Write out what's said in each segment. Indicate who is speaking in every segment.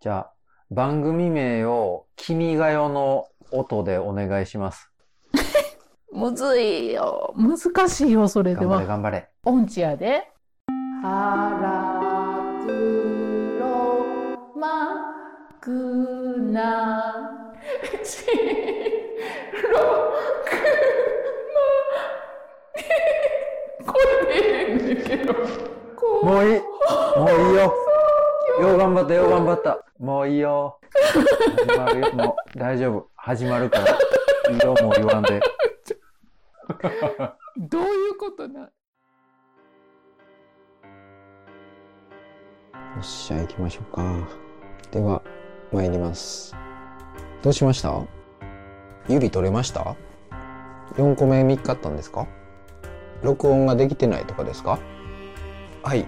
Speaker 1: じゃあ、番組名を君が代の音でお願いします。
Speaker 2: むずいよ。難しいよ、それで
Speaker 1: 頑張れ
Speaker 2: は。
Speaker 1: 頑張れ。
Speaker 2: 音痴やで。腹黒まくな ちろくま。これでええねんけど。こう
Speaker 1: もういいもういいよよう頑張ったよう頑張ったもういいよ始まるよもう大丈夫始まるからいいよもう言わんで
Speaker 2: どういうことな
Speaker 3: よっしゃ、行きましょうか。では、参ります。どうしました指取れました ?4 個目見っかったんですか録音ができてないとかですかはい。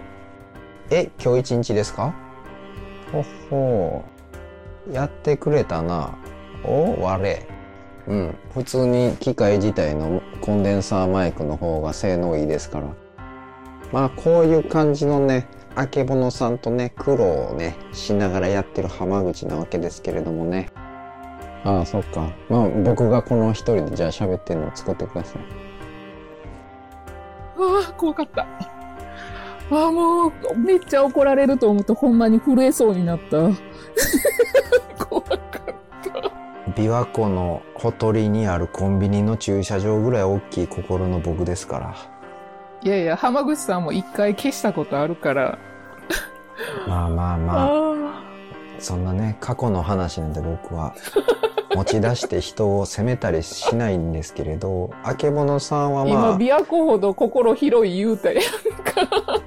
Speaker 3: え、今日一日ですかほっほう。やってくれたな。お我。うん。普通に機械自体のコンデンサーマイクの方が性能いいですから。まあ、こういう感じのね、あけぼのさんとね、苦労をね、しながらやってる浜口なわけですけれどもね。ああ、そっか。まあ、僕がこの一人でじゃあ喋ってるのを作ってください。
Speaker 2: ああ、怖かった。ああ、もう、めっちゃ怒られると思って、ほんまに震えそうになった。怖かった。
Speaker 3: 琵琶湖のほとりにあるコンビニの駐車場ぐらい大きい心の僕ですから。
Speaker 2: いやいや、浜口さんも一回消したことあるから。
Speaker 3: まあまあまあ、
Speaker 2: あ
Speaker 3: そんなね、過去の話なんで 僕は。持ち出して人を責めたりしないんですけれど、あけぼのさんは
Speaker 2: あ、
Speaker 3: ま
Speaker 2: 今、
Speaker 3: あ。
Speaker 2: 琵琶湖ほど心広い言うたやんか。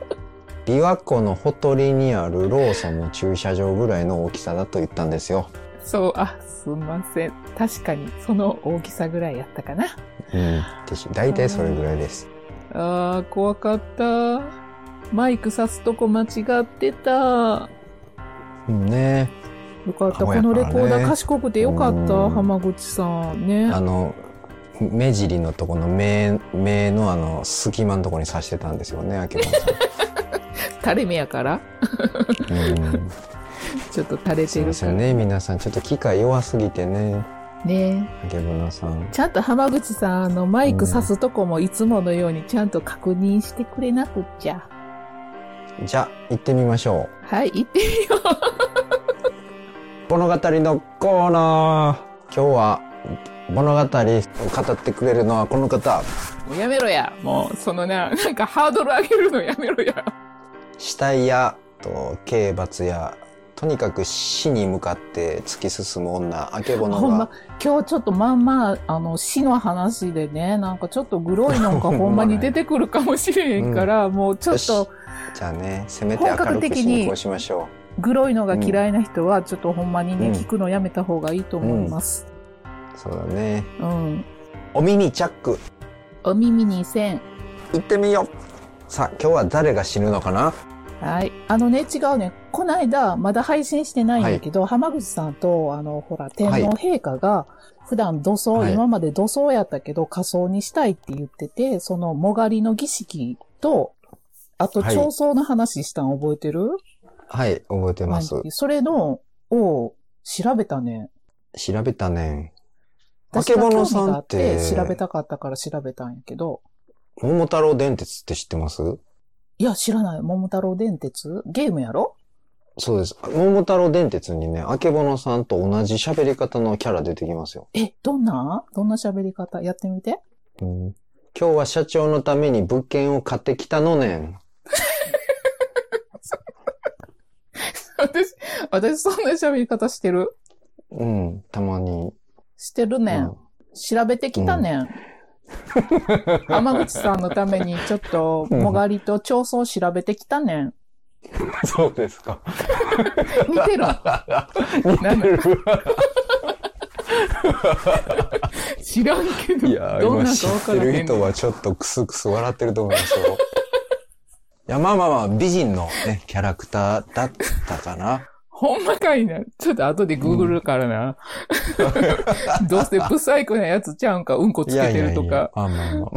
Speaker 3: 琵琶湖のほとりにあるローソンの駐車場ぐらいの大きさだと言ったんですよ。
Speaker 2: そう、あ、すんません。確かに、その大きさぐらいやったかな。
Speaker 3: うん。私大体それぐらいです。
Speaker 2: ああ、怖かった。マイクさすとこ間違ってた。
Speaker 3: うんね。
Speaker 2: よかった。
Speaker 3: 青
Speaker 2: こ
Speaker 3: やからね
Speaker 2: のレコーダー賢くてよかっ
Speaker 3: う
Speaker 2: た。
Speaker 3: ん
Speaker 2: 浜口さんね。
Speaker 3: あの、目尻のとこの目、目のあの、隙間のとこに刺してたんですよね、明葉
Speaker 2: 垂れ目やから。
Speaker 3: さん。うん。
Speaker 2: ちょっと垂れ
Speaker 3: す
Speaker 2: て
Speaker 3: い
Speaker 2: る
Speaker 3: ま
Speaker 2: か
Speaker 3: せ
Speaker 2: ら
Speaker 3: んね、皆さん。ちょっと機械弱すぎてね、
Speaker 2: ねえ
Speaker 3: 明けぼのさん。
Speaker 2: ちゃんと浜口さん、あの、マイクさすとこもいつものようにちゃんと確認してくれなくっちゃ。
Speaker 3: じゃあ、行ってみましょ
Speaker 2: はい、行ってみよう。
Speaker 3: う。物語のコーナー今日は、物語を語ってくれるのはこの方。
Speaker 2: もうやめろや。もう、そのな、なんかハードル上げるのやめろや。
Speaker 3: 死体やと刑罰やとにかく死に向かって突き進む女あけぼの
Speaker 2: ほんま
Speaker 3: が、
Speaker 2: 今日ちょっとまんま、あの、死の話でね、なんかちょっとグロいのが ほんまに出てくるかもしれへんから、もうちょっ
Speaker 3: よ
Speaker 2: と、
Speaker 3: じゃあねせめて明るく進行しましょ
Speaker 2: グロいのが嫌いな人は、ちょっとほんまにね、
Speaker 3: うん
Speaker 2: 聞くのやめた方がいいと思います。
Speaker 3: うそうだね
Speaker 2: うん。
Speaker 3: お耳チャック
Speaker 2: お耳にせん。
Speaker 3: 行ってみようさあ今日は誰が死ぬのかな
Speaker 2: はい。あのね、違うね。こないだ、まだ配信してないんだけど、浜口さんと、あの、ほら、天皇陛下が、普段土葬、
Speaker 3: はい
Speaker 2: 今まで土葬やったけど、仮葬にしたいって言ってて、その、もがりの儀式と、あと、
Speaker 3: はい
Speaker 2: 長葬の話したん覚えてる、
Speaker 3: はい覚えてます、
Speaker 2: 毎日それの、を、調べたね。
Speaker 3: 調べたねあ
Speaker 2: 私
Speaker 3: け
Speaker 2: が
Speaker 3: ぼ
Speaker 2: 興
Speaker 3: の
Speaker 2: 味
Speaker 3: さん
Speaker 2: があ
Speaker 3: っ
Speaker 2: ってて、調べたかったから調べたんやけど、
Speaker 3: 桃太郎電鉄って知ってます
Speaker 2: いや、知らない。桃太郎電鉄ゲームやろ
Speaker 3: そうです桃太郎電鉄にねあけぼのさんと同じ喋り方のキャラ出てきますよ
Speaker 2: え、どんなどんな喋り方やってみて。
Speaker 3: 今日は社長のために物件を買ってきたのねん。
Speaker 2: 私、私そんな喋り方してる
Speaker 3: うん、たまに。
Speaker 2: してるねん。
Speaker 3: うん
Speaker 2: 調べてきたねん。 浜口さんのためにちょっと、もがりと調査を調べてきたねん。
Speaker 3: そうですか。
Speaker 2: 似 てる。なんだ知らんけど、
Speaker 3: いやー、
Speaker 2: どん
Speaker 3: 今
Speaker 2: なん
Speaker 3: 知
Speaker 2: かわ
Speaker 3: っ
Speaker 2: か
Speaker 3: て
Speaker 2: らへ
Speaker 3: る
Speaker 2: ん
Speaker 3: 人はちょっとクスクス笑ってると思いますよ。いや、まあまあまあ、美人のね、キャラクターだったかな。
Speaker 2: ほんまかいな。ちょっと後でググるから な。どうせブサイクなやつちゃうんか、うん こつ
Speaker 3: い
Speaker 2: け
Speaker 3: や
Speaker 2: て
Speaker 3: いや
Speaker 2: る
Speaker 3: いや、
Speaker 2: とか。
Speaker 3: まあまあま
Speaker 2: うんこ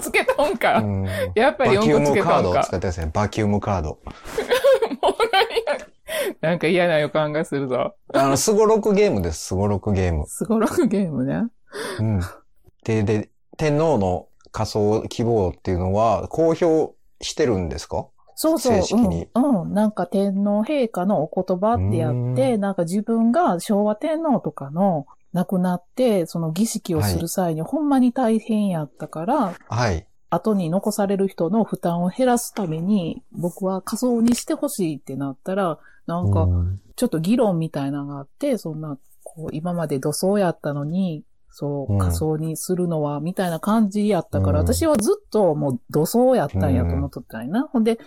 Speaker 2: つけたん
Speaker 3: あ。
Speaker 2: か。
Speaker 3: うん
Speaker 2: やっぱ
Speaker 3: バ
Speaker 2: り
Speaker 3: キ
Speaker 2: う
Speaker 3: ュー
Speaker 2: んこつ
Speaker 3: ム
Speaker 2: け
Speaker 3: カ
Speaker 2: た
Speaker 3: ー
Speaker 2: ん
Speaker 3: ドを
Speaker 2: か
Speaker 3: 使っ。てですね。バキュームカード。
Speaker 2: なんか嫌な予感がするぞ。
Speaker 3: あの、すごろくゲームです、すごろくゲーム。
Speaker 2: すごろくゲームね。
Speaker 3: うん。で、で、天皇の仮想希望っていうのは公表してるんですか
Speaker 2: そうそう。
Speaker 3: 正式に
Speaker 2: うん。うん。なんか天皇陛下のお言葉ってやって、なんか自分が昭和天皇とかの亡くなって、その儀式をする際にほんまに大変やったから、
Speaker 3: はい。
Speaker 2: 後に残される人の負担を減らすために、僕は仮想にしてほしいってなったら、なん
Speaker 3: う
Speaker 2: か、
Speaker 3: ん
Speaker 2: ちょっと議論みたいなのがあって、そんな、こう、今まで土葬やったのに、そうう、
Speaker 3: ん
Speaker 2: 仮想にするのは、みたいな感じやったから、
Speaker 3: うん
Speaker 2: 私はずっともう土葬やったんやと思っとったんやな。ほんで、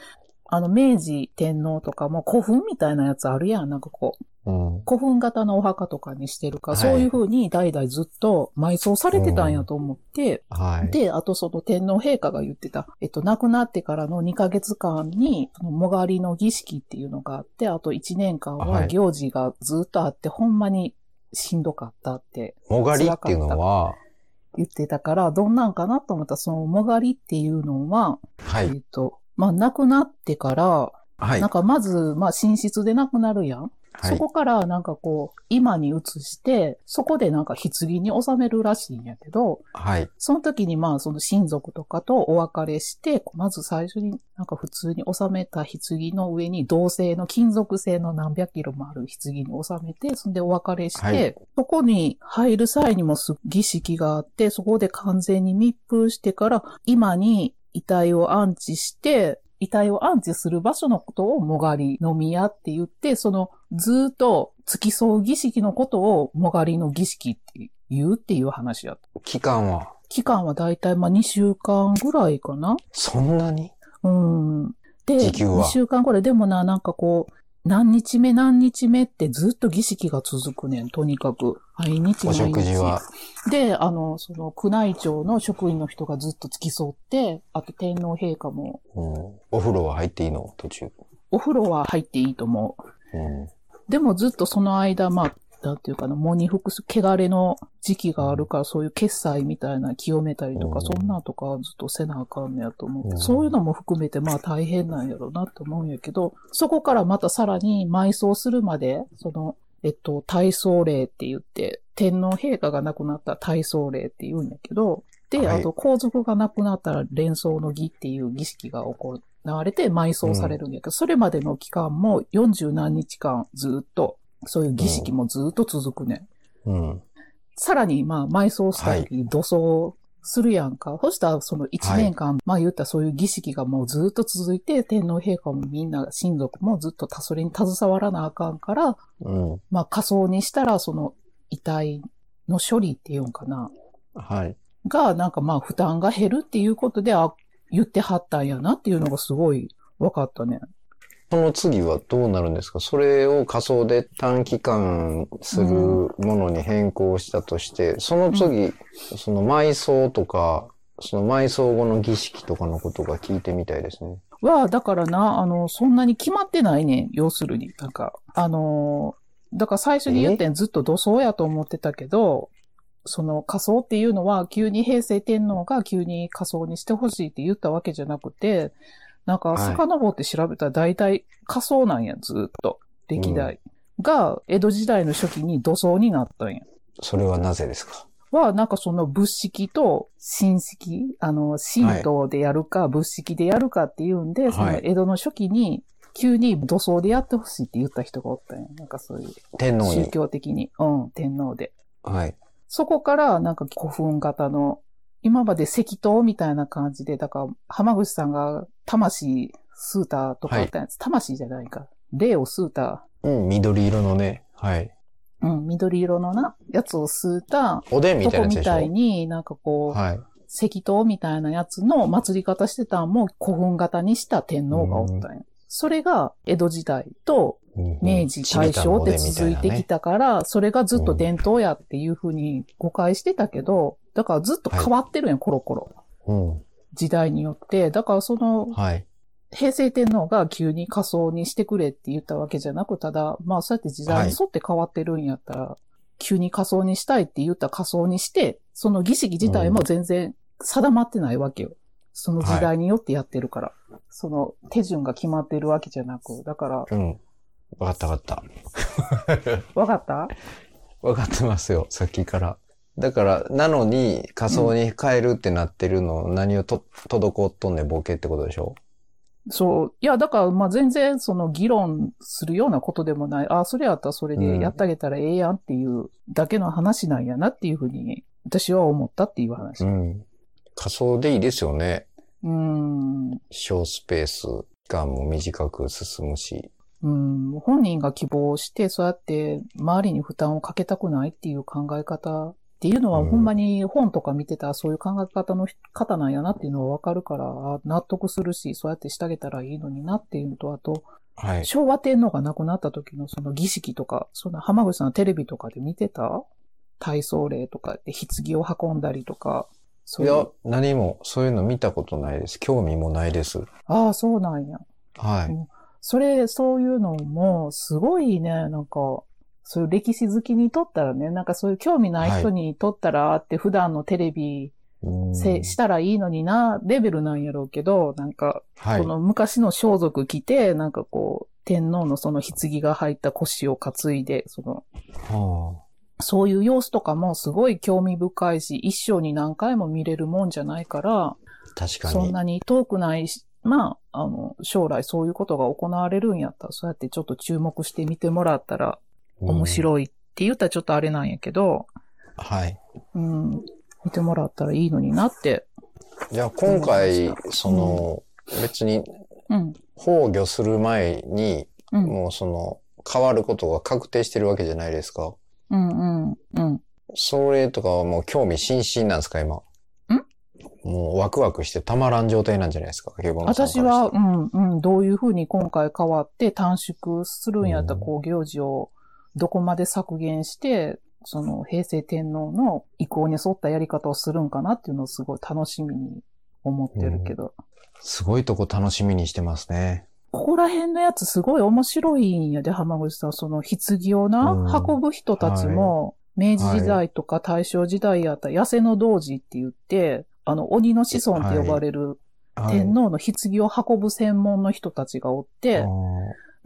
Speaker 2: あの、明治天皇とかも古墳みたいなやつあるやん。なんかこう、
Speaker 3: うん。
Speaker 2: 古墳型のお墓とかにしてるか、
Speaker 3: はい
Speaker 2: そういう風に代々ずっと埋葬されてたんやと思って、
Speaker 3: はい。
Speaker 2: で、あとその天皇陛下が言ってた、えっと、亡くなってからの2ヶ月間に、そのもがりの儀式っていうのがあって、あと1年間
Speaker 3: は
Speaker 2: はい行事がずっとあって、ほんまにしんどかったって
Speaker 3: もがりっていうのは、
Speaker 2: 言ってたから、どんなんかなと思ったら、そのもがりっていうのは、
Speaker 3: は
Speaker 2: え
Speaker 3: い。
Speaker 2: っと、まあ、亡くなってから、
Speaker 3: はい
Speaker 2: なん。かまず、まあ、寝室で亡くなるやん。
Speaker 3: は
Speaker 2: そ
Speaker 3: い。
Speaker 2: こからなんかこう、今に移して、そこでなんか棺に収めるらしいんやけど、
Speaker 3: はい。
Speaker 2: その時にまあその親族とかとお別れして、まず最初になんか普通に納めた棺の上に銅製の金属製の何百キロもある棺に納めて、そんでお別れして、
Speaker 3: はい
Speaker 2: そこに入る際にもす儀式があって、そこで完全に密封してから、今に遺体を安置して、遺体を安置する場所のことをもがりの宮って言って、そのずーっと付き添う儀式のことをもがりの儀式って言うっていう話やった
Speaker 3: 期間は、
Speaker 2: 期間はだいたいまあ2週間ぐらいかな。
Speaker 3: そんなに
Speaker 2: うん。で、
Speaker 3: 時給は
Speaker 2: 2週間ぐらい。でもな、なんかこう、何日目何日目ってずっと儀式が続くねん。とにかく。毎日
Speaker 3: お
Speaker 2: 毎日。
Speaker 3: 食事は。
Speaker 2: で、あの、その、宮内庁の職員の人がずっと付き添って、あと天皇陛下も、
Speaker 3: うんお風呂は入っていいの途中。
Speaker 2: お風呂は入っていいと思う。
Speaker 3: うん
Speaker 2: でもずっとその間、まあ、なんていうかな、喪に服す、汚れの時期があるから、そういう決済みたいな清めたりとか、
Speaker 3: うん
Speaker 2: そんなんとかずっとせなあかんのやと思って、
Speaker 3: うん
Speaker 2: そういうのも含めて、まあ大変なんやろうなと思うんやけど、そこからまたさらに埋葬するまで、その、えっと、大葬礼って言って、天皇陛下が亡くなったら大葬礼って言うんやけど、で、
Speaker 3: はい
Speaker 2: あと皇族が亡くなったら連葬の儀っていう儀式が行われて埋葬されるんやけど、それまでの期間も40何日間ずっと、そういう儀式もずっと続くねん。
Speaker 3: うん。
Speaker 2: さらに、まあ、埋葬した時に土葬するやんか。そしたら、その1年間、まあ言ったらそういう儀式がもうずっと続いて、天皇陛下もみんな親族もずっとたそれに携わらなあかんから、
Speaker 3: うん。
Speaker 2: まあ仮想にしたら、その遺体の処理っていうんかな。
Speaker 3: はい。
Speaker 2: が、なんかまあ負担が減るっていうことで、あ、言ってはったんやなっていうのがすごい分かったね。
Speaker 3: その次はどうなるんですかそれを仮想で短期間するものに変更したとして、その次、その埋葬とか、その埋葬後の儀式とかのことが聞いてみたいですね。
Speaker 2: は、だからな、あの、そんなに決まってないねん。要するに。なんか、あのー、だから最初に言ったようにずっと土葬やと思ってたけど、その仮想っていうのは急に平成天皇が急に仮想にしてほしいって言ったわけじゃなくて、なんか
Speaker 3: はい
Speaker 2: 遡って調べたら大体仮想なんや、ずっと。歴代。が、江戸時代の初期に土葬になったんや。
Speaker 3: それはなぜですか
Speaker 2: は、なんかその仏式と神式、あの、神道でやるか、仏式でやるかっていうんで、
Speaker 3: はい
Speaker 2: その江戸の初期に、急に土葬でやってほしいって言った人がおったんや。なんかそういう、
Speaker 3: 天皇
Speaker 2: 宗
Speaker 3: に。
Speaker 2: 教的に。うん、天皇で。
Speaker 3: はい。
Speaker 2: そこから、なんか古墳型の、今まで石塔みたいな感じで、だから、浜口さんが魂スーターとかあったやつ、魂じゃないか。霊をスーター。
Speaker 3: うん、緑色のね。はい。
Speaker 2: うん、緑色のな、やつを吸うた、
Speaker 3: おでんみ
Speaker 2: と
Speaker 3: たい
Speaker 2: こ
Speaker 3: なや
Speaker 2: み
Speaker 3: つでした
Speaker 2: い
Speaker 3: ょ
Speaker 2: になんかこう、
Speaker 3: はい。
Speaker 2: 石塔みたいなやつの祭り方してたんも古墳型にした天皇がおったんや。それが江戸時代と
Speaker 3: うん
Speaker 2: 明治大正って続いてき。たから、それがずっと伝統やっていうふうに誤解してたけど、だからずっと変わってるんや、コロコロ。
Speaker 3: チビタン
Speaker 2: 時代
Speaker 3: のおでんみたいなね
Speaker 2: によって。だからその
Speaker 3: うん。はい。
Speaker 2: 平成天皇が急に仮装にしてくれって言ったわけじゃなく、ただ、まあそうやって時代に沿って変わってるんやったら、急に仮装にしたいって言ったら仮装にして、その儀式自体も全然定まってないわけよ。その時代によってやってるから。その手順が決まってるわけじゃなく、だから、
Speaker 3: うん。わかったわかった。
Speaker 2: わかった
Speaker 3: わかってますよ、さっきから。だから、なのに仮想に変えるってなってるの、何をと、滞っとんねん、ボケってことでしょ
Speaker 2: そう。いや、だから、まあ、全然、その、議論するようなことでもない。ああ、それやったらそれ
Speaker 3: う
Speaker 2: で
Speaker 3: ん
Speaker 2: やってあげたらええやんっていうだけの話なんやなっていうふうに、私は思ったっていう話。
Speaker 3: ん。仮想でいいですよね。
Speaker 2: うん。うん。
Speaker 3: 小スペース、期間も短く進むし。
Speaker 2: 本人が希望して、そうやって、周りに負担をかけたくないっていう考え方っていうのは、
Speaker 3: うん
Speaker 2: ほんまに本とか見てたら、そういう考え方の方なんやなっていうのはわかるから、あ納得するし、そうやってしてあげたらいいのになっていうのと、あと、
Speaker 3: はい。
Speaker 2: 昭和天皇が亡くなった時のその儀式とか、その浜口さんテレビとかで見てた体操礼とかで棺を運んだりとか、
Speaker 3: い
Speaker 2: そういう。
Speaker 3: や、何も、そういうの見たことないです。興味もないです。
Speaker 2: ああ、そうなんや。
Speaker 3: は
Speaker 2: うん
Speaker 3: い。
Speaker 2: それ、そういうのも、すごいね、なんか、そういう歴史好きにとったらね、なんかそういう興味ない人にとったらって普段のテレビ
Speaker 3: うん
Speaker 2: せ、したらいいのにな、レベルなんやろうけど、なんか、
Speaker 3: はい
Speaker 2: そ。の昔の装束着て、なんかこう、天皇のその棺が入った腰を担いで、その、
Speaker 3: は
Speaker 2: そういう様子とかもすごい興味深いし、一生に何回も見れるもんじゃないから、
Speaker 3: あ確か
Speaker 2: そん
Speaker 3: に。
Speaker 2: なに遠くないし、まあ、あの、将来そういうことが行われるんやったら、そうやってちょっと注目して見てもらったら面
Speaker 3: い。
Speaker 2: 白いって言ったらちょっとあれなんやけど、
Speaker 3: はい。
Speaker 2: うん、見てもらったらいいのになって。
Speaker 3: じゃあ今回、その、別に
Speaker 2: うん、
Speaker 3: 崩御する前に、
Speaker 2: うん、
Speaker 3: もうその、変わることが確定してるわけじゃないですか。
Speaker 2: うん、うん、うん。
Speaker 3: それとかはもう興味津々なんですか、今。
Speaker 2: ん
Speaker 3: もうワクワクしてたまらん状態なんじゃないですか、ケボンさんからした
Speaker 2: 私
Speaker 3: ら
Speaker 2: は、うん、うん、どういうふうに今回変わって短縮するんやった
Speaker 3: う
Speaker 2: ら、
Speaker 3: ん
Speaker 2: こう行事をどこまで削減して、その平成天皇の意向に沿ったやり方をするんかなっていうのをすごい楽しみに思ってるけど。
Speaker 3: すごいとこ楽しみにしてますね。
Speaker 2: ここら辺のやつすごい面白いんやで、浜口さん。その棺をな、
Speaker 3: うん
Speaker 2: 運ぶ人たちも、明治時代とか大正時代やったら、痩せの童子って言って、あの、鬼の子孫って呼ばれる
Speaker 3: はい
Speaker 2: 天皇の棺を運ぶ専門の人たちがおって、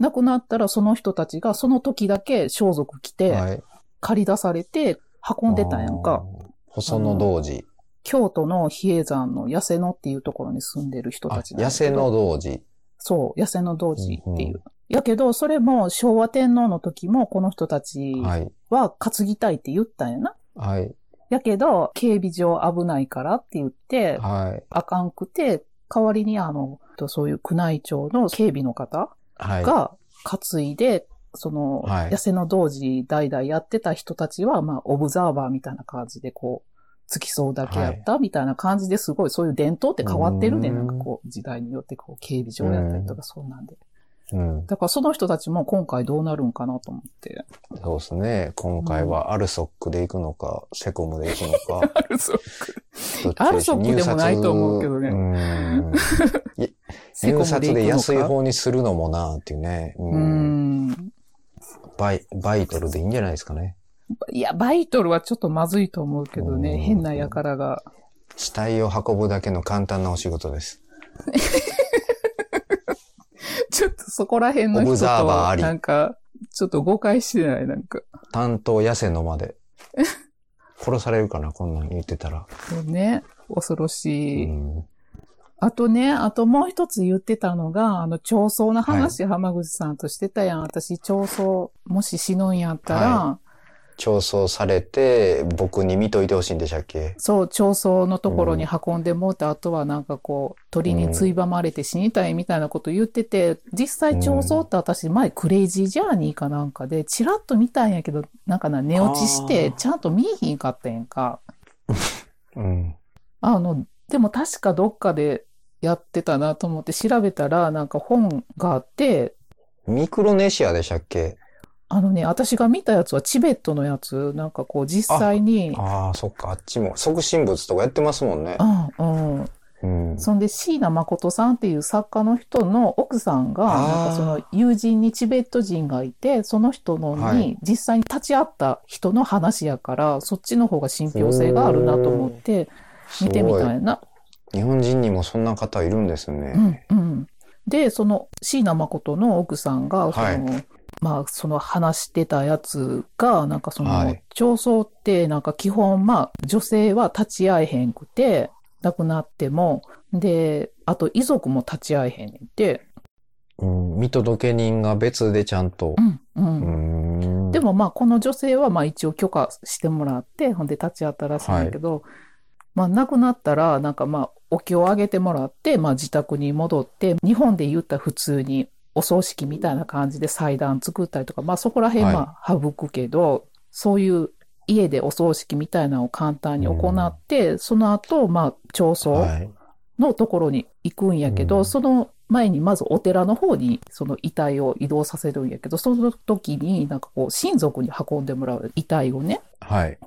Speaker 2: 亡くなったらその人たちがその時だけ装束着
Speaker 3: あー
Speaker 2: て、
Speaker 3: はい。
Speaker 2: 借り出されて運んでたんやんか。
Speaker 3: あー。細野童子。
Speaker 2: 京都の比叡山の痩せ野っていうところに住んでる人
Speaker 3: あ、
Speaker 2: たちなん
Speaker 3: 痩
Speaker 2: やけ
Speaker 3: せ
Speaker 2: ど
Speaker 3: の童子。
Speaker 2: そう、痩せ野童子っていう。
Speaker 3: うん
Speaker 2: やけど、それも昭和天皇の時もこの人たち
Speaker 3: はい。
Speaker 2: は担ぎたいって言ったんやな。
Speaker 3: はい。
Speaker 2: やけど、警備上危ないからって言って、
Speaker 3: はい。
Speaker 2: あかんくて、代わりにあの、とそういう宮内庁の警備の方
Speaker 3: はい。
Speaker 2: が担いで、その、
Speaker 3: はい
Speaker 2: 痩せの同時代々やってた人たちは、まあ、オブザーバーみたいな感じで、こう、付き添うだけやったみたいな感じですごい、そういう伝統って変わってるね。
Speaker 3: うーん
Speaker 2: なんかこう、時代によってこう、警備上やったりとか、そうなんで。
Speaker 3: うん。
Speaker 2: だからその人たちも今回どうなるんかなと思って。
Speaker 3: そうですね。今回はアルソックで行くのか、セコムで行くのか。どっちしょう
Speaker 2: アルソックでもないと思うけどね
Speaker 3: うん。入札で安い方にするのもなっていうね。
Speaker 2: うー
Speaker 3: うん。
Speaker 2: ん。
Speaker 3: バイ、バイトルでいいんじゃないですかね。
Speaker 2: いや、バイトルはちょっとまずいと思うけど
Speaker 3: うー
Speaker 2: ね、
Speaker 3: ん
Speaker 2: 変な輩が。
Speaker 3: 死体を運ぶだけの簡単なお仕事です。
Speaker 2: ちょっとそこら辺の
Speaker 3: オブ
Speaker 2: 人と
Speaker 3: ザーバーあ
Speaker 2: は、
Speaker 3: り
Speaker 2: なんか、ちょっと誤解してない、なんか。
Speaker 3: 担当痩せのま で。殺されるかな、こんなん言ってたら。
Speaker 2: そうね、恐ろ
Speaker 3: う
Speaker 2: しい。
Speaker 3: ん。
Speaker 2: あとね、あともう一つ言ってたのが、あの、長僧の話、浜口さんとしてたやん。私、長僧、もし死ぬんやったら、
Speaker 3: は調査されて、僕に見といてほしいんでしたっけ
Speaker 2: そう、長僧のところに運んでもうて、あとはなんかこう、鳥についばまれて死にたいみたいなこと言ってて、実際長僧って私前クレイジージャーニーかなんかで、チラッと見たんやけど、なんかな、寝落ちし
Speaker 3: あ
Speaker 2: て
Speaker 3: ー、
Speaker 2: ちゃんと見えひんかったやんか。
Speaker 3: うん。
Speaker 2: あの、でも確かどっかでやってたなと思って調べたら、なんか本があって、
Speaker 3: ミクロネシアでしたっけ
Speaker 2: あのね、私が見たやつはチベットのやつ、なんかこう実際に、
Speaker 3: ああ、そっか、あっちも。即身仏とかやってますもんね。
Speaker 2: うん、うん。
Speaker 3: うん。
Speaker 2: そんで、椎名誠さんっていう作家の人の奥さんが、
Speaker 3: あー
Speaker 2: なんかその友人にチベット人がいて、その人の
Speaker 3: は
Speaker 2: に
Speaker 3: い
Speaker 2: 実際に立ち会った人の話やから、そっちの方が信憑性があるなと思って見てみ
Speaker 3: すご
Speaker 2: た
Speaker 3: い
Speaker 2: いな。
Speaker 3: 日本人にもそんな方いるんですね。
Speaker 2: うん、うん。で、その椎名誠の奥さんが、その、
Speaker 3: はい
Speaker 2: まあ、その話してたやつが、なんかそ
Speaker 3: は
Speaker 2: の
Speaker 3: い、
Speaker 2: 上層って、なんか基本、まあ、女性は立ち会えへんくて、亡くなっても、で、あと遺族も立ち会えへんねんて。
Speaker 3: うん、見届け人が別でちゃんと
Speaker 2: う。ん、うん。
Speaker 3: うん
Speaker 2: で、もまあこの女性はまあ一応許可してもらって、ほんで立ち会ったらしいんだけど、まあ亡くなったら、なんかまあお経をあげてもらって、まあ自宅に戻って、日本で言ったら普通にお葬式みたいな感じで祭壇作ったりとか、まあそこら辺
Speaker 3: はい
Speaker 2: まあ省くけど、そういう家でお葬式みたいなのを簡単に行って、その後、まあ長宗、
Speaker 3: はい。
Speaker 2: のところに行くんやけど、
Speaker 3: うん
Speaker 2: その前にまずお寺の方にその遺体を移動させるんやけど、その時になんかこう親族に運んでもらう遺体をね、
Speaker 3: はい。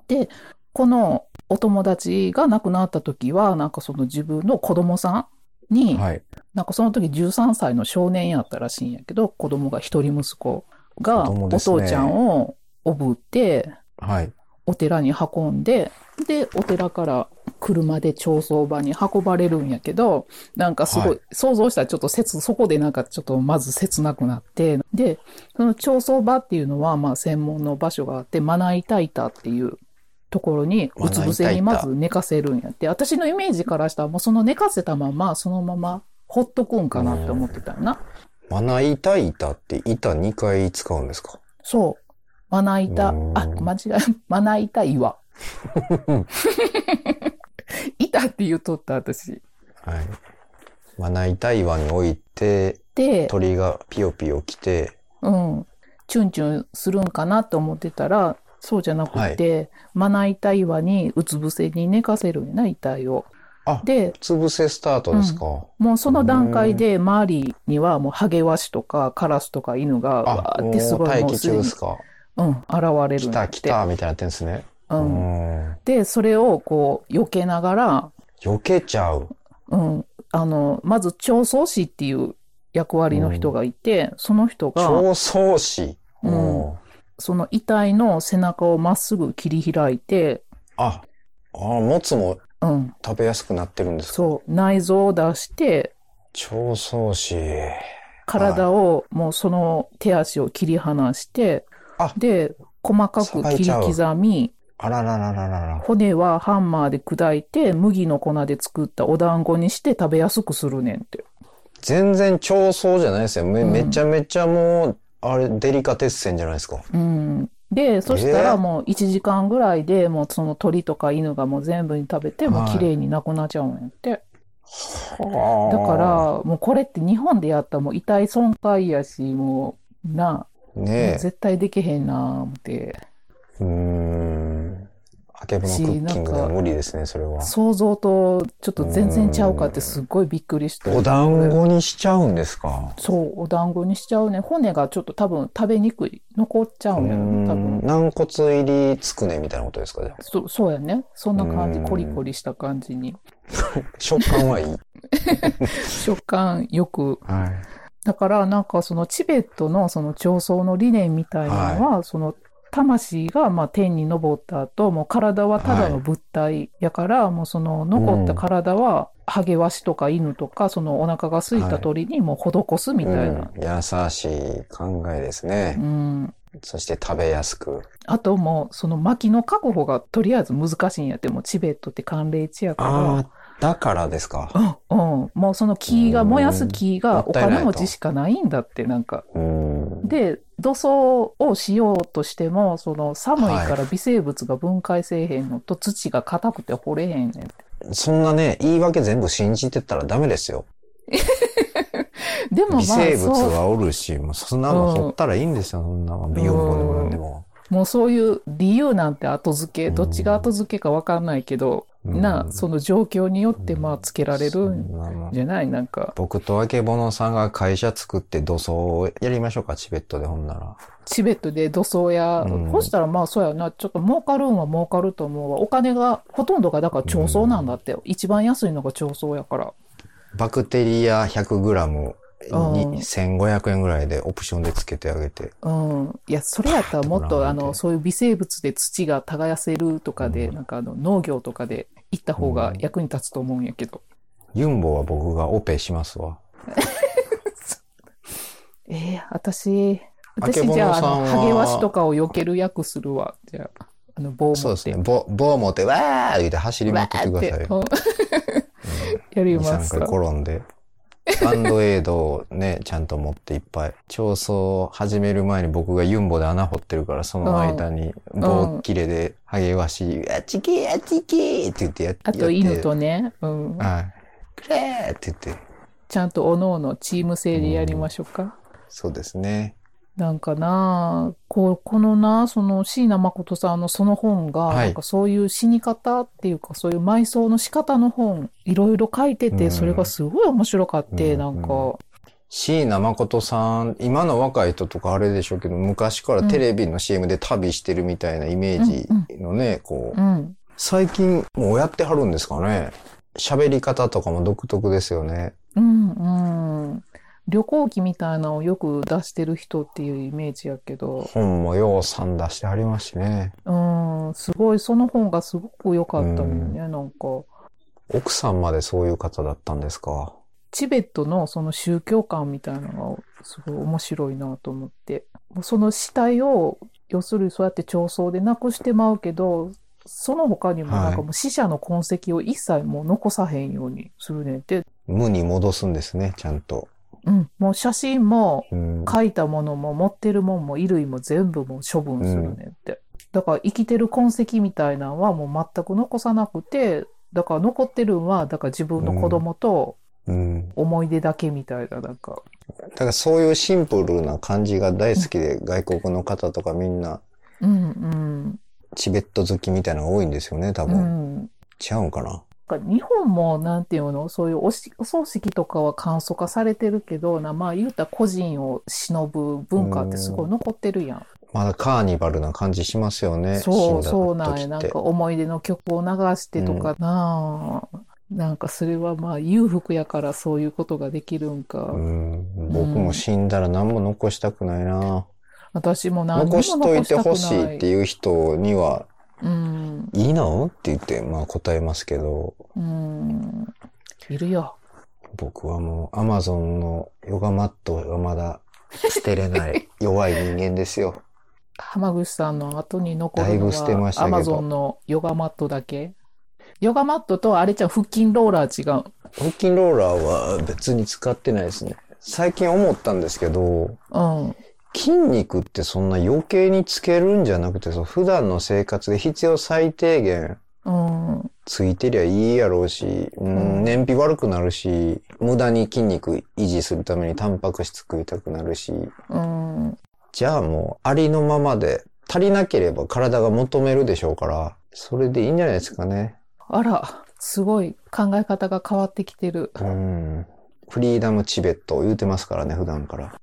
Speaker 2: このお友達が亡くなった時は、なんかその自分の子供さんに、
Speaker 3: はい。
Speaker 2: なんかその時13歳の少年やったらしいんやけど、子供が一人息子が
Speaker 3: 子供
Speaker 2: お
Speaker 3: ですね
Speaker 2: 父ちゃんをおぶって、
Speaker 3: はい。
Speaker 2: お寺に運んで、で、お寺から車で長宗場に運ばれるんやけど、なんかすごい、
Speaker 3: はい
Speaker 2: 想像したらちょっと切、そこでなんかちょっとまず切なくなって、で、その長宗場っていうのは、まあ専門の場所があって、まな板板っていうところに、うつ伏せにまず寝かせるんやって、私のイメージからしたらもうその寝かせたまま、そのままほっとくんかなって思ってたよな。
Speaker 3: まな板板って板2回使うんですか
Speaker 2: そう。まな板
Speaker 3: う、ん
Speaker 2: あ、間違え、 まな板 岩。板って言うとった私。
Speaker 3: はい。まな板岩に置いて、
Speaker 2: で、
Speaker 3: 鳥がピヨピヨ来て、
Speaker 2: うん、チュンチュンするんかなと思ってたら、そうじゃなくて、まな板岩にうつ伏せに寝かせるんやな、遺体を。
Speaker 3: あ、
Speaker 2: で、
Speaker 3: うつ伏せスタートですか、
Speaker 2: もうその段階で周りにはもうハゲワシとかカラスとか犬がわ
Speaker 3: あ、
Speaker 2: ー
Speaker 3: も
Speaker 2: っ
Speaker 3: う
Speaker 2: てすごい
Speaker 3: 待
Speaker 2: もう
Speaker 3: 機
Speaker 2: す
Speaker 3: 中
Speaker 2: でに、
Speaker 3: ですか
Speaker 2: うん、現れる
Speaker 3: 来
Speaker 2: んや
Speaker 3: た
Speaker 2: って
Speaker 3: 来たみたいになってんですね。
Speaker 2: う。
Speaker 3: うんん。
Speaker 2: で、それをこう、避けながら、
Speaker 3: 避けちゃう。
Speaker 2: うん。あの、まず、調創師っていう役割の人がいて、その人が、
Speaker 3: 超相師。
Speaker 2: うん
Speaker 3: おー
Speaker 2: その遺体の背中をまっすぐ切り開いて、
Speaker 3: あ、あー、もつも
Speaker 2: うん。
Speaker 3: 食べやすくなってるんですか
Speaker 2: そう、内臓を出して、
Speaker 3: 超相師。
Speaker 2: 体をもうその手足を切り離して
Speaker 3: あ、
Speaker 2: で、細かく切り刻み、
Speaker 3: あらららららら。
Speaker 2: 骨はハンマーで砕いて、麦の粉で作ったお団子にして食べやすくするねんって。
Speaker 3: 全然超相じゃないですよ。め、
Speaker 2: うん
Speaker 3: めちゃめちゃもう、あれ、デリカテッセンじゃないですか。
Speaker 2: うん。で、そした
Speaker 3: え
Speaker 2: ら
Speaker 3: ー
Speaker 2: もう1時間ぐらいでもうその鳥とか犬がもう全部に食べて、もう
Speaker 3: はい
Speaker 2: 綺麗になくなっちゃうんやって。
Speaker 3: だか
Speaker 2: だから、、もうこれって日本でやったらもう遺体損壊やし、もう、な、
Speaker 3: ねえ。
Speaker 2: 絶対できへんな思って、
Speaker 3: うーん。あけぼのクッキングでは無理ですね、それは。
Speaker 2: 想像とちょっと全然ちゃうかってすっごいびっくりして。
Speaker 3: お団子にしちゃうんですか。
Speaker 2: そう、お団子にしちゃうね。骨がちょっと多分食べにくい。残っちゃ
Speaker 3: うー
Speaker 2: うんやろ、多
Speaker 3: ん
Speaker 2: 分。
Speaker 3: 軟骨入りつくねみたいなことですか、じゃあ
Speaker 2: そそうやね。そんな感じ、
Speaker 3: うん
Speaker 2: コリコリした感じに。
Speaker 3: 食感はいい。
Speaker 2: 食感よく
Speaker 3: はい。
Speaker 2: だからなんかそのチベットのその調僧の理念みたいなのは、その魂がまあ天に昇った後、もう体はただの物体やから、もうその残った体は、ハゲワシとか犬とか、そのお腹が空いた鳥にもう施すみたいな。
Speaker 3: うん優しい考えですね
Speaker 2: う。ん。
Speaker 3: そして食べやすく。
Speaker 2: あともう、その薪の確保がとりあえず難しいんやって、もうチベットって寒冷地やから。
Speaker 3: ああ、だからですか。
Speaker 2: うん。もうその木が、
Speaker 3: うん
Speaker 2: 燃やす木
Speaker 3: も
Speaker 2: が
Speaker 3: っ
Speaker 2: お
Speaker 3: たいないと
Speaker 2: 金持ちしかないんだって、なんか。
Speaker 3: うーん。
Speaker 2: で、土葬をしようとしても、その寒いから微生物が分解せえへんのと、土が硬くて掘れへんねんって。
Speaker 3: そんなね、言い訳全部信じてたらダメですよ。
Speaker 2: でもまあ、
Speaker 3: 微生物
Speaker 2: そう、
Speaker 3: はおるし、もうそんなの掘ったらいいんですよ、そんなの。美容法でも何でも。
Speaker 2: もうそういう理由なんて後付け、
Speaker 3: うん
Speaker 2: どっちが後付けかわかんないけど、
Speaker 3: うん
Speaker 2: なあ、その状況によってまあつけられる
Speaker 3: そ
Speaker 2: ん
Speaker 3: んなの
Speaker 2: じゃないなんか、
Speaker 3: 僕とあけぼのさんが会社作って土葬をやりましょうか、チベットでほんなら。
Speaker 2: チベットで土葬や、
Speaker 3: うん
Speaker 2: そしたらまあそうやな、ちょっと儲かるんは儲かると思うわ。お金が、ほとんどがだから調層なんだって。一番安いのが調層やから。
Speaker 3: バクテリア 100g
Speaker 2: うん
Speaker 3: に1500円ぐらいでオプションでつけてあげて。
Speaker 2: うん。いや、それやったらもっ
Speaker 3: パッと
Speaker 2: と、
Speaker 3: な
Speaker 2: あ
Speaker 3: んて
Speaker 2: の、そういう微生物で土が耕せるとかで、
Speaker 3: うん
Speaker 2: なんかあの、農業とかで行った方が役に立つと思うんやけど。
Speaker 3: ユンボは僕がオペしますわ。
Speaker 2: えー、私、
Speaker 3: あけ
Speaker 2: 私
Speaker 3: ぼの
Speaker 2: じ
Speaker 3: さ
Speaker 2: ゃ
Speaker 3: んは
Speaker 2: あ、あのハゲワシとかを避ける役するわ。じゃあ、あの、棒持って。
Speaker 3: そうですね。ぼ棒持って、わー言って走りまくってください。
Speaker 2: わーってうんやり
Speaker 3: 2、
Speaker 2: ま
Speaker 3: 3
Speaker 2: す
Speaker 3: 回。転んで。バンドエイドをね、ちゃんと持っていっぱい。調査を始める前に僕がユンボで穴掘ってるから、その間に棒切れで、ハゲワシ、あっちけーあっちけーって言ってやって。
Speaker 2: あと、犬とね、うん。
Speaker 3: はい。くれーって言って。
Speaker 2: ちゃんと、おのおのチーム制でやりましょうか。
Speaker 3: そうですね。
Speaker 2: なんかなあこう、このな、その椎名誠さんのその本が、
Speaker 3: はい
Speaker 2: なんかそういう死に方っていうか、そういう埋葬の仕方の本、いろいろ書いて
Speaker 3: う
Speaker 2: て、
Speaker 3: ん
Speaker 2: それがすごい面白かって、
Speaker 3: うん
Speaker 2: なんか、
Speaker 3: 椎名誠さん、今の若い人とかあれでしょうけど、昔からテレビの CM で旅してるみたいなイメージのね、こう
Speaker 2: う、ん。
Speaker 3: 最近もうやってはるんですかね。喋り方とかも独特ですよね。
Speaker 2: うん、うん。旅行記みたいなのをよく出してる人っていうイメージやけど、
Speaker 3: 本もようさん出してありますしね。
Speaker 2: うん、すごい、その本がすごく良かったのよね、なんか。
Speaker 3: 奥さんまでそういう方だったんですか。
Speaker 2: チベットのその宗教観みたいなのがすごい面白いなと思って。もうその死体を、要するにそうやって調層でなくしてまうけど、その他にもなん
Speaker 3: はい
Speaker 2: かもう死者の痕跡を一切もう残さへんようにするねんって。
Speaker 3: 無に戻すんですね、ちゃんと。
Speaker 2: うん。もう写真も
Speaker 3: うん
Speaker 2: 書いたものも持ってるもんも衣類も全部もう処分するねんって。だから生きてる痕跡みたいなのはもう全く残さなくて、だから残ってるんは、だから自分の子供と
Speaker 3: うん。
Speaker 2: 思い出だけみたいな、なんか。
Speaker 3: だからそういうシンプルな感じが大好きで、外国の方とかみんな、
Speaker 2: うんうん。
Speaker 3: チベット好きみたいなのが多いんですよね、多
Speaker 2: う
Speaker 3: 分。
Speaker 2: ん。
Speaker 3: 違うんかな。
Speaker 2: なんか日本も、なんていうの、そういうおしお葬式とかは簡素化されてるけど、なまあ言うたら個人を忍ぶ文化ってすごい残ってるやん。
Speaker 3: まだカーニバルな感じしますよね。
Speaker 2: そう、
Speaker 3: 死んだ
Speaker 2: そうなんや。
Speaker 3: 時っ
Speaker 2: なん
Speaker 3: て
Speaker 2: か思い出の曲を流してとかなあ、なんかそれはまあ裕福やからそういうことができるんか。
Speaker 3: うん、僕も死んだら何も残したくないな。
Speaker 2: 私も何にも
Speaker 3: 残しといてほしいって
Speaker 2: う。
Speaker 3: いう人には、
Speaker 2: うん。
Speaker 3: いいのって言って、まあ答えますけど、
Speaker 2: うん。いるよ。
Speaker 3: 僕はもう Amazon のヨガマットがまだ捨てれない弱い人間ですよ。
Speaker 2: 浜口さんの後に残るの
Speaker 3: だいぶ捨てま
Speaker 2: は
Speaker 3: した
Speaker 2: ア
Speaker 3: けど
Speaker 2: マゾンのヨガマットだけヨガマットとあれじゃん腹筋ローラー違う。
Speaker 3: 腹筋ローラーは別に使ってないですね。最近思ったんですけど、
Speaker 2: うん。
Speaker 3: 筋肉ってそんな余計につけるんじゃなくて、そう普段の生活で必要最低限
Speaker 2: うん。
Speaker 3: ついてりゃいいやろうし、うん、燃費悪くなるし、無駄に筋肉維持するためにタンパク質食いたくなるし、
Speaker 2: うん。
Speaker 3: じゃあもうありのままで足りなければ体が求めるでしょうから、それでいいんじゃないですかね。
Speaker 2: あら、すごい考え方が変わってきてる。
Speaker 3: うん。フリーダムチベットを言うてますからね、普段 から。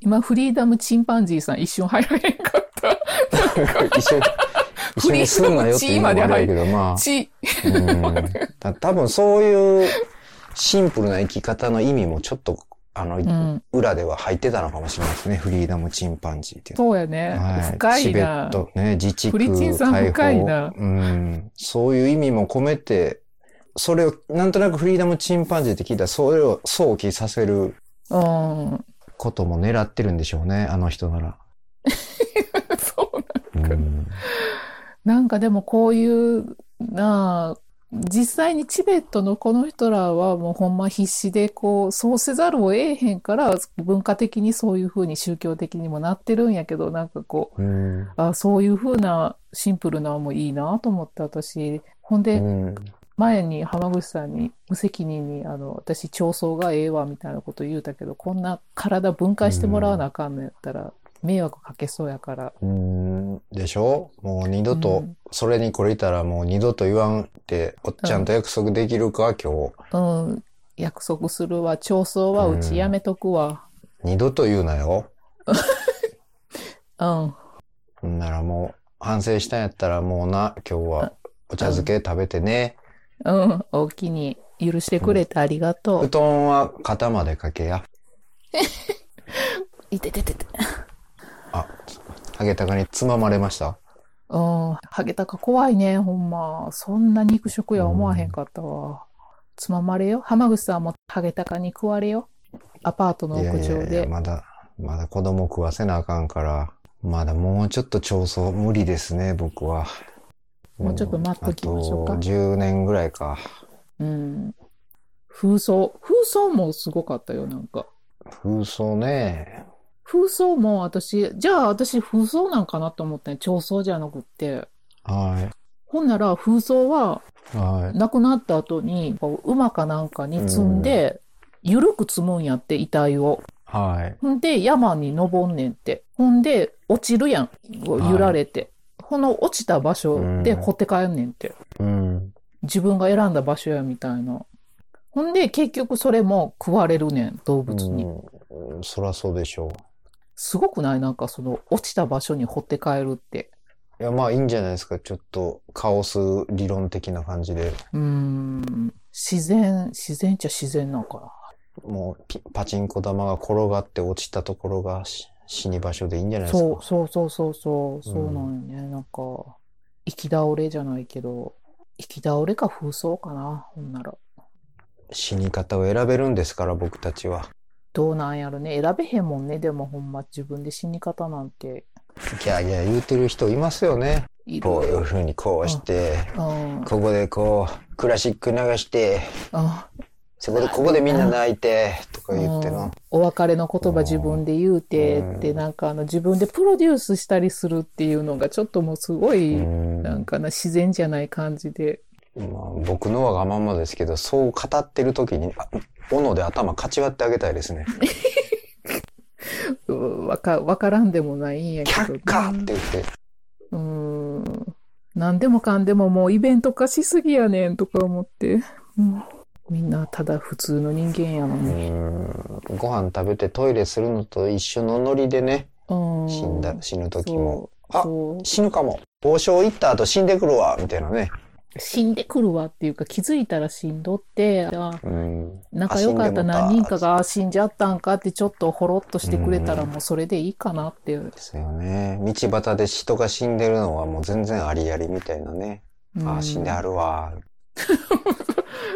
Speaker 2: 今、フリーダムチンパンジーさん一瞬入らへんかっ
Speaker 3: 一緒に、一緒にすんなよって言うのもあれやけど、ま
Speaker 2: た。チ、
Speaker 3: あ、うん。た 多分そういうシンプルな生き方の意味もちょっと、あの、
Speaker 2: うん。
Speaker 3: 裏では入ってたのかもしれないですね。フリーダムチンパンジーっていうのは
Speaker 2: そうやね。
Speaker 3: はい、
Speaker 2: 深
Speaker 3: チ
Speaker 2: い
Speaker 3: ベ
Speaker 2: な
Speaker 3: ッ。トね、自治
Speaker 2: フ
Speaker 3: 区
Speaker 2: リチンさん
Speaker 3: 解放
Speaker 2: 深いな
Speaker 3: うん。そういう意味も込めて、それを、なんとなくフリーダムチンパンジーって聞いたら、それを想起させる
Speaker 2: うん。
Speaker 3: ことも狙ってるんでしょうね、あの人なら。
Speaker 2: そう
Speaker 3: うん。
Speaker 2: なんかでもこういうなあ実際にチベットのこの人らはもうほんま必死でこうそうせざるを得へんから文化的にそういうふうに宗教的にもなってるんやけどなんかこう
Speaker 3: うん。
Speaker 2: あそういうふうなシンプルなのもいいなと思って私ほん
Speaker 3: う
Speaker 2: で
Speaker 3: ん
Speaker 2: 前に浜口さんに無責任にあの私調層がええわみたいなこと言うたけどこんな体分解してもらわなあかんのやったら迷惑かけそうやから
Speaker 3: うん。でしょもう二度
Speaker 2: う
Speaker 3: と
Speaker 2: ん、
Speaker 3: それにこれたらもう二度と言わんって、おっちゃんと約束できるか、今日。
Speaker 2: うん、約束するわ。調層はうちやめとくわ。
Speaker 3: 二度と言うなよ。
Speaker 2: うん。
Speaker 3: んならもう、反省したんやったらもうな、今日はお茶漬け食べてね。
Speaker 2: うん。おおきに。許してくれてありがと
Speaker 3: 布
Speaker 2: う。
Speaker 3: 団は肩までかけや。
Speaker 2: いてててて。
Speaker 3: あ、ハゲタカにつままれました。
Speaker 2: うん。ハゲタカ怖いね、ほんま。そんな肉食や思わへんかったわ。つままれよ。浜口さんもハゲタカに食われよ。アパートの
Speaker 3: いや
Speaker 2: 屋
Speaker 3: いや
Speaker 2: 上
Speaker 3: いや、
Speaker 2: で。
Speaker 3: まだ、まだ子供食わせなあかんから、まだもうちょっと調査無理ですね、僕は。
Speaker 2: もうちょっと待っときましょうか
Speaker 3: あと10年ぐらいか。
Speaker 2: うん。風葬。風葬もすごかったよ、なんか。
Speaker 3: 風葬ね。
Speaker 2: 風葬も私、じゃあ私風葬なんかなと思ってん、調葬じゃなくって。
Speaker 3: は
Speaker 2: ほんなら風葬は、
Speaker 3: い。はい。
Speaker 2: 亡くなった後に、こう馬かなんかに積んで、ゆるく積むんやって、遺体を。
Speaker 3: はい。
Speaker 2: ほんで、山に登んねんって。ほんで、落ちるやん。こ
Speaker 3: は
Speaker 2: う
Speaker 3: い
Speaker 2: 揺られて。この落ちた場所で
Speaker 3: うん
Speaker 2: 掘って帰んねんって。
Speaker 3: うん。
Speaker 2: 自分が選んだ場所やみたいな。ほんで、結局それも食われるねん、動物に。
Speaker 3: うん、そらそうでしょ
Speaker 2: すごくないなんかその、落ちた場所に掘って帰るって。
Speaker 3: う。いや、まあいいんじゃないですか。ちょっとカオス理論的な感じで、
Speaker 2: うーん。自然、自然っちゃ自然なんかな。
Speaker 3: もうピパチンコ玉が転がって落ちたところがし死に場所でいいんじゃないですか。
Speaker 2: そう、そうそうそうそう、
Speaker 3: うん
Speaker 2: そうなんよね。なんか、行き倒れじゃないけど、行き倒れか風葬かな、ほんなら。
Speaker 3: 死に方を選べるんですから、僕たちは。
Speaker 2: どうなんやろね。選べへんもんね。でもほんま自分で死に方なんて
Speaker 3: いやいや言うてる人いますよね。
Speaker 2: いる。
Speaker 3: こういう風にこうして、
Speaker 2: うん。
Speaker 3: ここでこう、クラシック流して、
Speaker 2: あ
Speaker 3: そこで、ここでみんな泣いて、とか言って
Speaker 2: うん
Speaker 3: な。
Speaker 2: お別れの言葉自分で言うて
Speaker 3: うん
Speaker 2: って、なんかあの自分でプロデュースしたりするっていうのがちょっともうすご
Speaker 3: う
Speaker 2: い、
Speaker 3: ん
Speaker 2: なんかな、自然じゃない感じで。
Speaker 3: まあ、僕のはがまんまですけど、そう語ってる時に、あ斧で頭かち割ってあげたいですね。
Speaker 2: うんわか、わからんでもないんやけど。
Speaker 3: 却下って言って。
Speaker 2: うーん。何でもかんでももうイベント化しすぎやねんとか思って。うんみんなただ普通の人間やの
Speaker 3: う
Speaker 2: に。
Speaker 3: んご飯食べてトイレするのと一緒のノリでね、
Speaker 2: うん。
Speaker 3: 死んだ、死ぬ時も。
Speaker 2: そう。そう
Speaker 3: 死ぬかも。王将行った後死んでくるわ、みたいなね。
Speaker 2: 死んでくるわっていうか気づいたら死んどって、あ
Speaker 3: うん
Speaker 2: 仲良かった
Speaker 3: あ死
Speaker 2: 何
Speaker 3: んで
Speaker 2: 人
Speaker 3: もうた
Speaker 2: かがあ死んじゃったんかってちょっとほろっとしてくれたらもうそれでいいかなっていう。
Speaker 3: ですよね。道端で人が死んでるのはもう全然ありありみたいなね。あ
Speaker 2: う
Speaker 3: あ、
Speaker 2: ん
Speaker 3: 死んであるわ。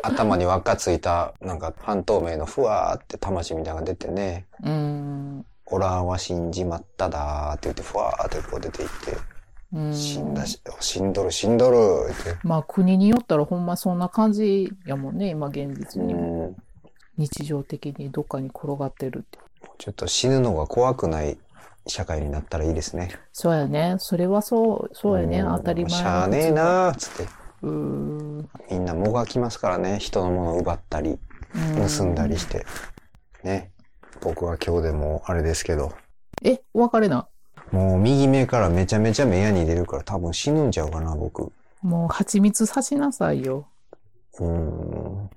Speaker 3: 頭に輪っかついた、なんか半透明のふわーって魂みたいなのが出てね。
Speaker 2: うん。
Speaker 3: オラは死んじまっただーって言って、ふわーってこう出ていって、
Speaker 2: うん
Speaker 3: 死んだし、死んどる、死んどるって。
Speaker 2: まあ国によったらほんまそんな感じやもんね、今現実にも。
Speaker 3: うん
Speaker 2: 日常的にどっかに転がってるって。
Speaker 3: ちょっと死ぬのが怖くない社会になったらいいですね。
Speaker 2: そうやね。それはそう、そうやね。
Speaker 3: ん
Speaker 2: 当たり前。
Speaker 3: しゃあねえ。なーっつって。
Speaker 2: うーん。
Speaker 3: みんなもがきますからね。人のものを奪ったり。盗んだりして。ね。僕は今日でもうあれですけど、
Speaker 2: え、お別れな。
Speaker 3: もう右目からめちゃめちゃ目やに出るから多分死ぬんちゃうかな、僕。
Speaker 2: もう蜂蜜刺しなさいよ。
Speaker 3: うーん。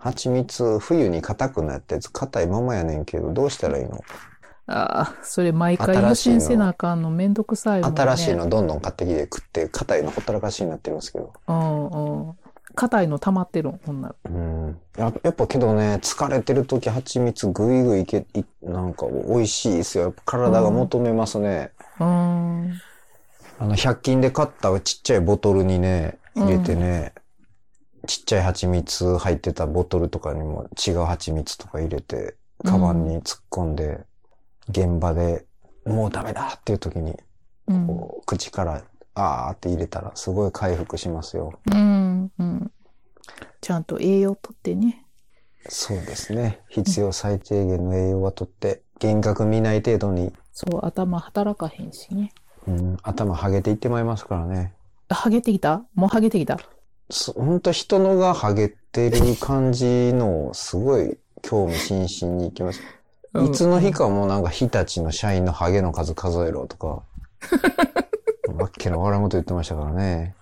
Speaker 3: 蜂蜜、冬に硬くなったやつ、硬いままやねんけど、どうしたらいいの
Speaker 2: ああ、それ毎回
Speaker 3: 新
Speaker 2: 優
Speaker 3: しいの
Speaker 2: 先せなあかんのめんどくさいもんね。
Speaker 3: 新しいのどんどん買ってきて食って、硬いのほったらかしになってるんですけど。
Speaker 2: うんうん。硬いの溜まってるん、ほんなら。
Speaker 3: うん。ややっぱけどね、疲れてる時蜂蜜ぐいぐいいけ、いなんか美味しいですよ。やっぱ体が求めますね。
Speaker 2: うーん。
Speaker 3: あの、100均で買ったちっちゃいボトルにね、入れてね、ちっちゃい蜂蜜入ってたボトルとかにも違う蜂蜜とか入れて、カバンに突っ込んで、現場でもうダメだっていう時に、
Speaker 2: うん。
Speaker 3: こう、口から、あーって入れたら、すごい回復しますよ。
Speaker 2: うん。うん。ちゃんと栄養とってね。
Speaker 3: そうですね。必要最低限の栄養はとって、幻覚見ない程度に、
Speaker 2: そう、頭働かへんしね。
Speaker 3: うん、頭ハゲていってまいりますからね。
Speaker 2: ハゲてきたもうハゲてきた
Speaker 3: そほんと人のがハゲてる感じの、すごい興味津々に行きました。いつの日かもうなんか日立の社員のハゲの数数えろと か、わっけのわらんこと言ってましたからね。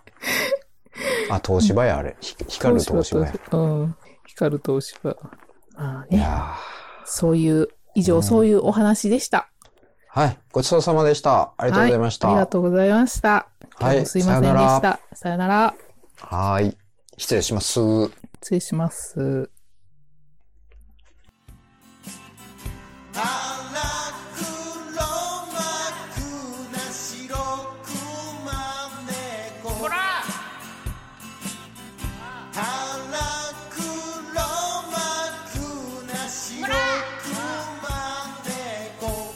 Speaker 3: あ、東芝や、あれ。ひ光る東芝や。
Speaker 2: うん。光る東芝。まあ
Speaker 3: い
Speaker 2: ね。
Speaker 3: や
Speaker 2: そういう、以上、そういうお話でした。
Speaker 3: ーはい。ごちそうさまでした。あ
Speaker 2: あ
Speaker 3: りがとうございました。
Speaker 2: ありがとうございました。
Speaker 3: はい
Speaker 2: 今日もすいませんでし
Speaker 3: さよな
Speaker 2: た。さよなら。
Speaker 3: はーい。失礼します。
Speaker 2: 失礼します。
Speaker 4: 荒黒幕な白熊猫ほら荒黒幕な白熊猫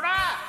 Speaker 4: ら